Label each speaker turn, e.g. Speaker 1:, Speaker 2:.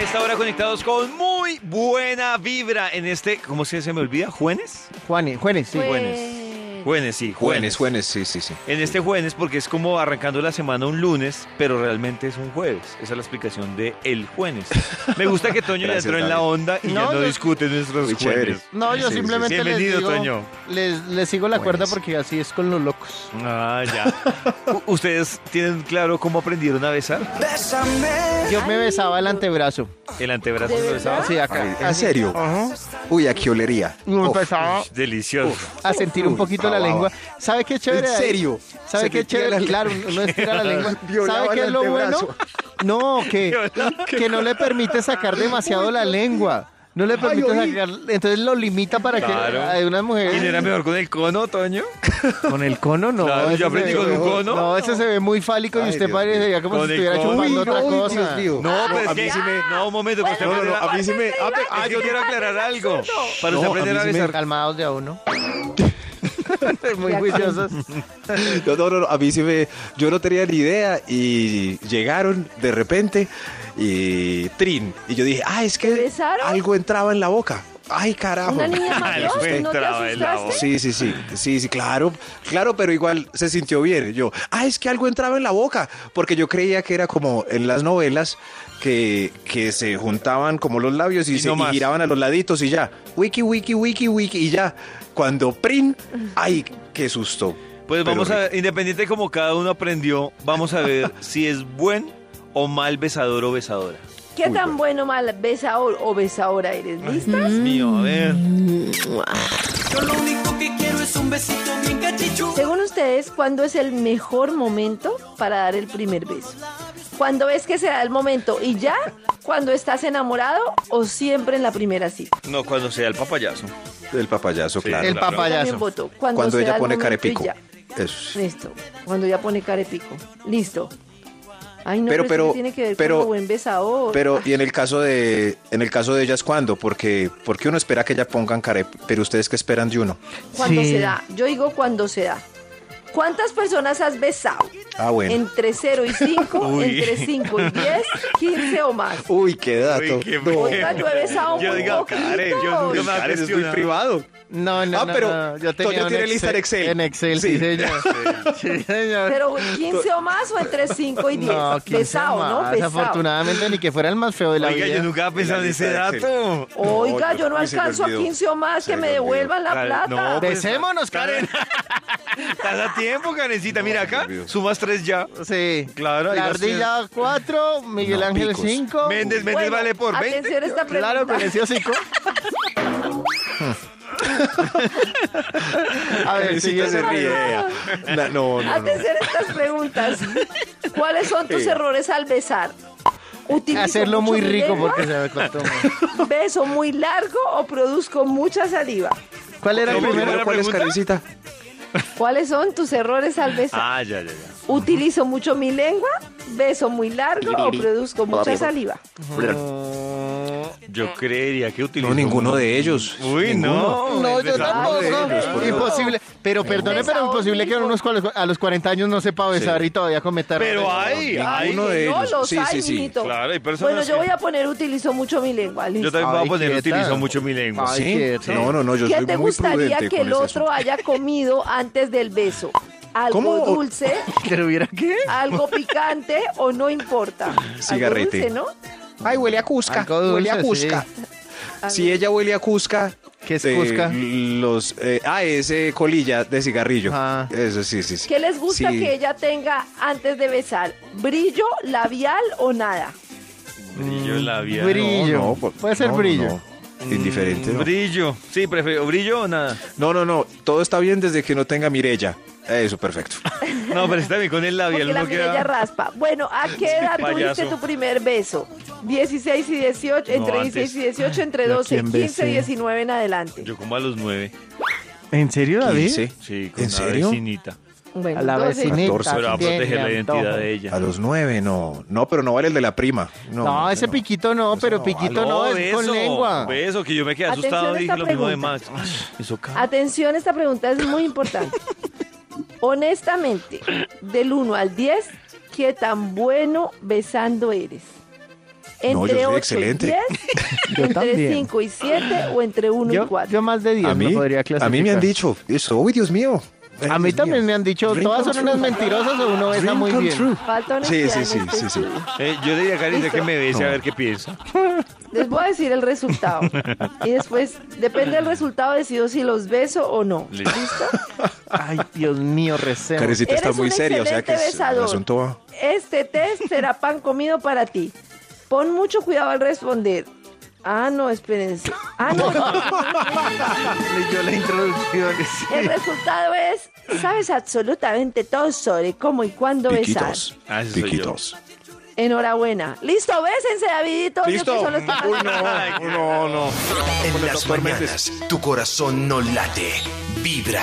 Speaker 1: esta hora conectados con muy buena vibra en este, ¿cómo se, se me olvida? ¿Juenes?
Speaker 2: Juanes, Juanes, sí.
Speaker 1: Juenes. Juenes, sí, jueves.
Speaker 3: Jueves, jueves, sí, sí, sí.
Speaker 1: En este jueves, porque es como arrancando la semana un lunes, pero realmente es un jueves. Esa es la explicación de el jueves. Me gusta que Toño ya
Speaker 3: Gracias,
Speaker 1: entró en la
Speaker 3: David.
Speaker 1: onda y ya
Speaker 2: No,
Speaker 1: no
Speaker 2: yo-
Speaker 1: discute nuestros
Speaker 3: Muy chévere.
Speaker 1: jueves.
Speaker 2: No, yo
Speaker 3: Sí, sí, sí.
Speaker 2: simplemente les
Speaker 1: Bienvenido,
Speaker 2: digo-
Speaker 1: Toño.
Speaker 2: Les, les sigo la cuerda
Speaker 3: Juanes.
Speaker 2: porque así es con los locos.
Speaker 1: Ah, ya. U- ¿Ustedes tienen claro cómo aprendieron a besar?
Speaker 2: Yo me besaba el antebrazo.
Speaker 1: El antebrazo
Speaker 4: ¿De
Speaker 1: lo besaba.
Speaker 2: Sí, acá.
Speaker 3: Ay, ¿En
Speaker 2: así.
Speaker 3: serio? Uy, aquí olería.
Speaker 2: Y me
Speaker 3: Uf,
Speaker 2: empezaba
Speaker 1: Delicioso.
Speaker 2: a sentir un
Speaker 3: Uy,
Speaker 2: poquito la
Speaker 3: bravo.
Speaker 2: lengua. ¿Sabe qué chévere?
Speaker 3: ¿En
Speaker 2: ahí?
Speaker 3: serio?
Speaker 2: ¿Sabe
Speaker 3: Se
Speaker 2: qué
Speaker 3: metía
Speaker 2: chévere?
Speaker 3: la-
Speaker 2: Claro, uno estira la lengua.
Speaker 3: Violaba
Speaker 2: ¿Sabe qué
Speaker 3: el
Speaker 2: es lo bueno?
Speaker 3: antebrazo.
Speaker 2: No, que, que no le permite sacar demasiado la lengua. No le permite sacar, entonces lo limita para
Speaker 1: Claro.
Speaker 2: que hay unas
Speaker 1: ¿Quién
Speaker 2: mujeres
Speaker 1: era mejor con el cono, Toño?
Speaker 2: con el cono no.
Speaker 1: Claro, yo
Speaker 2: ese
Speaker 1: aprendí
Speaker 2: se ve-
Speaker 1: con un cono.
Speaker 2: No, ese se ve muy fálico y
Speaker 3: Ay,
Speaker 2: usted
Speaker 3: Dios
Speaker 2: parece como
Speaker 1: Con
Speaker 2: si
Speaker 1: el
Speaker 2: estuviera
Speaker 1: cono.
Speaker 2: chupando
Speaker 3: Uy,
Speaker 2: otra
Speaker 3: no, uy,
Speaker 2: cosa.
Speaker 3: Dios mío.
Speaker 1: No, pero es
Speaker 3: a mí
Speaker 1: que...
Speaker 3: sí me-
Speaker 1: pues, No, un momento. que usted
Speaker 3: No, no, no,
Speaker 1: aprende-
Speaker 3: a mí sí me...
Speaker 4: Ah,
Speaker 1: Ah, yo quiero aclarar algo. Para usted
Speaker 3: No,
Speaker 1: aprender
Speaker 3: a
Speaker 1: a
Speaker 3: mí sí me-
Speaker 1: besar.
Speaker 2: Calmados de a uno. muy juiciosos.
Speaker 3: No, no, no, no, a mí sí me... Yo no tenía ni idea y llegaron de repente y... Trin. Y yo dije, ah, es
Speaker 4: ¿Te
Speaker 3: que
Speaker 4: besaron?
Speaker 3: algo entraba en la boca. Ay, carajo.
Speaker 4: ¿Una niña
Speaker 1: Algo
Speaker 4: mayor? ¿No te
Speaker 1: entraba en la boca.
Speaker 4: asustaste?
Speaker 3: Sí, sí, sí, sí, sí, claro, claro, pero igual se sintió bien. Yo, ah, es que algo entraba en la boca, porque yo creía que era como en las novelas que, que se juntaban como los labios y,
Speaker 1: Y
Speaker 3: se
Speaker 1: no
Speaker 3: y
Speaker 1: más.
Speaker 3: giraban a los laditos y ya, wiki, wiki, wiki, wiki, y ya. Cuando prin, ay, qué susto.
Speaker 1: Pues
Speaker 3: Pero
Speaker 1: vamos a ver, independiente como cada uno aprendió, vamos a ver si es buen o mal besador o besadora.
Speaker 4: ¿Qué tan bueno mal besador o besadora eres? ¿Lista?
Speaker 1: Dios mío, a ver.
Speaker 5: Yo lo único que quiero es un besito bien cachichu.
Speaker 4: Según ustedes, ¿cuándo es el mejor momento para dar el primer beso? ¿Cuándo ves que se da el momento y ya? ¿Cuando estás enamorado o siempre en la primera cita?
Speaker 1: No, cuando sea el papayazo.
Speaker 3: El papayazo,
Speaker 1: Sí,
Speaker 3: claro.
Speaker 2: El
Speaker 1: claro.
Speaker 4: Yo
Speaker 2: papayazo.
Speaker 4: también voto. Cuando,
Speaker 3: Cuando
Speaker 4: se da
Speaker 3: ella
Speaker 4: el
Speaker 3: pone
Speaker 4: momento y
Speaker 3: carepico.
Speaker 4: ya.
Speaker 3: Eso.
Speaker 4: Listo. Cuando ya pone carepico. Listo. Ay, no, pero,
Speaker 3: Pero-
Speaker 4: eso
Speaker 3: pero-
Speaker 4: qué tiene que ver
Speaker 3: pero-
Speaker 4: con lo buen besador.
Speaker 3: Pero, y en el caso de, en el caso de ellas, ¿cuándo? Porque, porque uno espera que ya pongan care, pero ustedes qué esperan de uno.
Speaker 4: Cuando
Speaker 2: Sí.
Speaker 4: se da. Yo digo cuando se da. ¿Cuántas personas has besado?
Speaker 3: Ah, bueno.
Speaker 4: Entre 0 y 5,
Speaker 1: Uy.
Speaker 4: entre 5 y 10, 15 o más.
Speaker 3: Uy, qué dato.
Speaker 1: Uy, qué
Speaker 3: No.
Speaker 1: bueno.
Speaker 4: yo he besado
Speaker 1: Yo
Speaker 4: muy
Speaker 1: digo,
Speaker 4: poquito.
Speaker 1: Karen, yo nunca me ha
Speaker 3: Karen, es muy
Speaker 1: cuestionado.
Speaker 3: privado.
Speaker 2: No, no,
Speaker 3: Ah,
Speaker 2: no,
Speaker 3: pero
Speaker 2: no. Yo
Speaker 3: Toño
Speaker 2: tenía un
Speaker 3: tiene lista en Excel.
Speaker 2: En Excel, sí,
Speaker 3: Sí.
Speaker 2: señor. Sí, señor.
Speaker 4: Pero 15 o más o entre 5 y 10.
Speaker 2: No, quince
Speaker 4: besado, ¿no?
Speaker 2: más,
Speaker 4: Besado.
Speaker 2: Afortunadamente, ni que fuera el más feo de la
Speaker 1: Oiga,
Speaker 2: vida.
Speaker 1: yo nunca había pensado en
Speaker 3: lista
Speaker 1: ese
Speaker 3: de Excel.
Speaker 1: dato.
Speaker 4: Oiga,
Speaker 3: No,
Speaker 4: yo no
Speaker 3: a mí se me
Speaker 4: alcanzo a
Speaker 3: olvidó.
Speaker 4: 15 o más
Speaker 3: Se
Speaker 4: que
Speaker 3: me
Speaker 4: me
Speaker 3: olvidó.
Speaker 4: devuelvan la
Speaker 1: Claro,
Speaker 4: plata.
Speaker 1: no, pues,
Speaker 2: Besémonos, Karen.
Speaker 1: Estás a tiempo, Karencita. Mira acá,
Speaker 3: Dios mío.
Speaker 1: sumas tres ya.
Speaker 2: Sí.
Speaker 1: Claro, ahí
Speaker 2: La
Speaker 1: vas
Speaker 2: ardilla 4, Miguel
Speaker 3: No,
Speaker 2: Ángel
Speaker 3: picos.
Speaker 2: 5.
Speaker 1: Méndez, Méndez
Speaker 4: Bueno,
Speaker 1: vale por 20.
Speaker 4: Atención a esta pregunta.
Speaker 2: Claro, con ese hocico. A ver,
Speaker 3: Karencita
Speaker 2: siguiente.
Speaker 3: se ríe. Na- No, no, no.
Speaker 4: Atención a estas preguntas. ¿Cuáles son tus errores al besar? Utilizo
Speaker 2: Hacerlo muy
Speaker 4: mucho mi
Speaker 2: rico
Speaker 4: lengua,
Speaker 2: porque se me cortó.
Speaker 4: beso muy largo o produzco mucha saliva.
Speaker 2: ¿Cuál era el
Speaker 1: ¿Cómo?
Speaker 2: primero?
Speaker 1: ¿Cuál
Speaker 3: Primero, ¿cuál es
Speaker 1: pregunta?
Speaker 3: Karencita?
Speaker 4: ¿Cuáles son tus errores al besar?
Speaker 1: Ah, ya, ya, ya.
Speaker 4: Utilizo mucho mi lengua, beso muy largo o produzco mucha saliva.
Speaker 1: Mm, Yo creería que utilizo...
Speaker 3: No, ninguno de ellos.
Speaker 1: Uy, no.
Speaker 2: No,
Speaker 1: el
Speaker 2: yo
Speaker 1: besador
Speaker 2: tampoco.
Speaker 1: de ellos, por favor.
Speaker 2: Imposible. Pero perdone, pero imposible que unos cual- a los 40 años no sepa besar y todavía cometer.
Speaker 1: Pero hay, hay.
Speaker 3: Ninguno de
Speaker 4: no
Speaker 3: ellos.
Speaker 4: los
Speaker 3: Sí,
Speaker 4: hay,
Speaker 3: sí, sí.
Speaker 4: mijito.
Speaker 1: Claro, hay personas
Speaker 4: Bueno, yo
Speaker 1: que-
Speaker 4: voy a poner utilizo mucho mi lengua.
Speaker 1: Yo
Speaker 4: listo.
Speaker 1: también voy a
Speaker 2: Ay,
Speaker 1: poner,
Speaker 2: quieta.
Speaker 1: utilizo mucho mi lengua.
Speaker 2: Ay,
Speaker 3: ¿Sí?
Speaker 2: quieto.
Speaker 3: No, no, no, yo
Speaker 4: ¿Qué
Speaker 3: soy
Speaker 4: te
Speaker 3: muy
Speaker 4: gustaría
Speaker 3: prudente
Speaker 4: que
Speaker 3: con
Speaker 4: el
Speaker 3: ese
Speaker 4: otro
Speaker 3: asunto.
Speaker 4: haya comido antes del beso? ¿Algo
Speaker 3: ¿Cómo?
Speaker 4: dulce,
Speaker 2: ¿Pero hubiera qué?
Speaker 4: algo picante o no importa?
Speaker 3: Cigarrete.
Speaker 4: Algo dulce, ¿no?
Speaker 3: Ay, huele a Cusca.
Speaker 2: Algo
Speaker 3: huele a
Speaker 2: dulce,
Speaker 3: Cusca.
Speaker 4: A
Speaker 3: Si
Speaker 4: ver.
Speaker 3: ella huele a Cusca.
Speaker 2: ¿Qué es Cusca?
Speaker 3: Eh, Los, eh, ah, ese colilla de cigarrillo.
Speaker 2: Ah.
Speaker 3: Eso sí, sí, sí.
Speaker 4: ¿Qué les gusta
Speaker 3: Sí.
Speaker 4: que ella tenga antes de besar? ¿Brillo, labial o nada?
Speaker 3: Mm,
Speaker 1: Brillo labial.
Speaker 2: Brillo.
Speaker 3: No, no, por-
Speaker 2: Puede ser
Speaker 3: no, no,
Speaker 2: brillo.
Speaker 3: no. Indiferente. no.
Speaker 1: Brillo. Sí, prefiero brillo o nada.
Speaker 3: No, no, no. Todo está bien desde que no tenga Mirella. Eso, perfecto.
Speaker 1: No, pero está bien con el
Speaker 4: Porque
Speaker 1: labial.
Speaker 4: la
Speaker 1: uno
Speaker 4: Mireya
Speaker 1: queda-
Speaker 4: raspa. Bueno, ¿a qué edad
Speaker 1: payaso.
Speaker 4: tuviste tu primer beso? 16 y 18, entre
Speaker 1: No,
Speaker 4: 16 y
Speaker 1: antes.
Speaker 4: 18, entre
Speaker 2: ¿Yo a
Speaker 4: 12,
Speaker 2: quién
Speaker 4: 15 y
Speaker 2: besé?
Speaker 4: 19 en adelante.
Speaker 1: Yo como a los nueve.
Speaker 2: ¿En serio, David?
Speaker 3: Quince,
Speaker 1: Sí, con
Speaker 3: ¿En
Speaker 1: una
Speaker 3: serio?
Speaker 1: vecinita.
Speaker 4: Bueno,
Speaker 2: A la
Speaker 4: 12.
Speaker 2: vecinita.
Speaker 3: 14,
Speaker 1: Pero va a
Speaker 2: también,
Speaker 1: proteger la
Speaker 2: le
Speaker 1: identidad
Speaker 2: antojo.
Speaker 1: de
Speaker 3: A
Speaker 1: ella.
Speaker 3: los nueve, no. No, pero no vale el de la prima. No,
Speaker 2: No, ese
Speaker 3: no.
Speaker 2: piquito no, pero
Speaker 3: no
Speaker 2: piquito no, es con lengua.
Speaker 1: Beso, que yo me quedé
Speaker 4: Atención
Speaker 1: asustado
Speaker 4: a
Speaker 1: y dije
Speaker 4: esta
Speaker 1: lo mismo de Max.
Speaker 4: pregunta. Ah,
Speaker 1: Eso cae.
Speaker 4: Atención, esta pregunta es muy importante. Honestamente, del 1 al 10, ¿qué tan bueno besando eres?
Speaker 3: No, yo
Speaker 4: entre
Speaker 3: soy
Speaker 4: 8 y
Speaker 3: excelente.
Speaker 4: 10,
Speaker 2: Yo
Speaker 4: entre
Speaker 2: también.
Speaker 4: 5 y 7 o entre 1 y
Speaker 2: Yo,
Speaker 4: 4.
Speaker 2: yo más de 10
Speaker 3: A mí,
Speaker 2: no podría clasificar.
Speaker 3: a mí me han dicho eso. Uy, Dios mío. Ay,
Speaker 2: A mí
Speaker 3: Dios
Speaker 2: también
Speaker 3: mío.
Speaker 2: me han dicho,
Speaker 3: Dream
Speaker 2: todas
Speaker 3: come
Speaker 2: son unas
Speaker 3: true.
Speaker 2: mentirosas o uno está
Speaker 3: Dream
Speaker 2: muy
Speaker 3: come
Speaker 2: bien.
Speaker 3: true.
Speaker 4: Falta una
Speaker 3: Sí, sí, sí, sí, sí.
Speaker 1: Eh, yo le diría a Karen ya
Speaker 4: Listo.
Speaker 1: que me bese a ver qué piensa.
Speaker 4: Les voy a decir el resultado. Y después, depende del resultado, decido si los beso o no.
Speaker 1: Listo.
Speaker 4: ¿Listo?
Speaker 2: Ay, Dios mío, recemos.
Speaker 3: Karencita está
Speaker 4: Eres
Speaker 3: muy
Speaker 4: un
Speaker 3: seria, o sea que
Speaker 4: excelente
Speaker 3: es- el
Speaker 4: besador.
Speaker 3: asunto va.
Speaker 4: Este test será pan comido para ti. Pon mucho cuidado al responder. Ah, no, espérense. Ah, no.
Speaker 1: Yo la introducción.
Speaker 4: El resultado es, sabes absolutamente todo sobre cómo y cuándo besar.
Speaker 3: Piquitos.
Speaker 1: Ah, ese soy yo.
Speaker 3: Piquitos.
Speaker 4: Enhorabuena. Listo, bésense, Davidito. Yo que son los que-
Speaker 3: Uy, no, no, no.
Speaker 6: En las mañanas, tu corazón no late, vibra.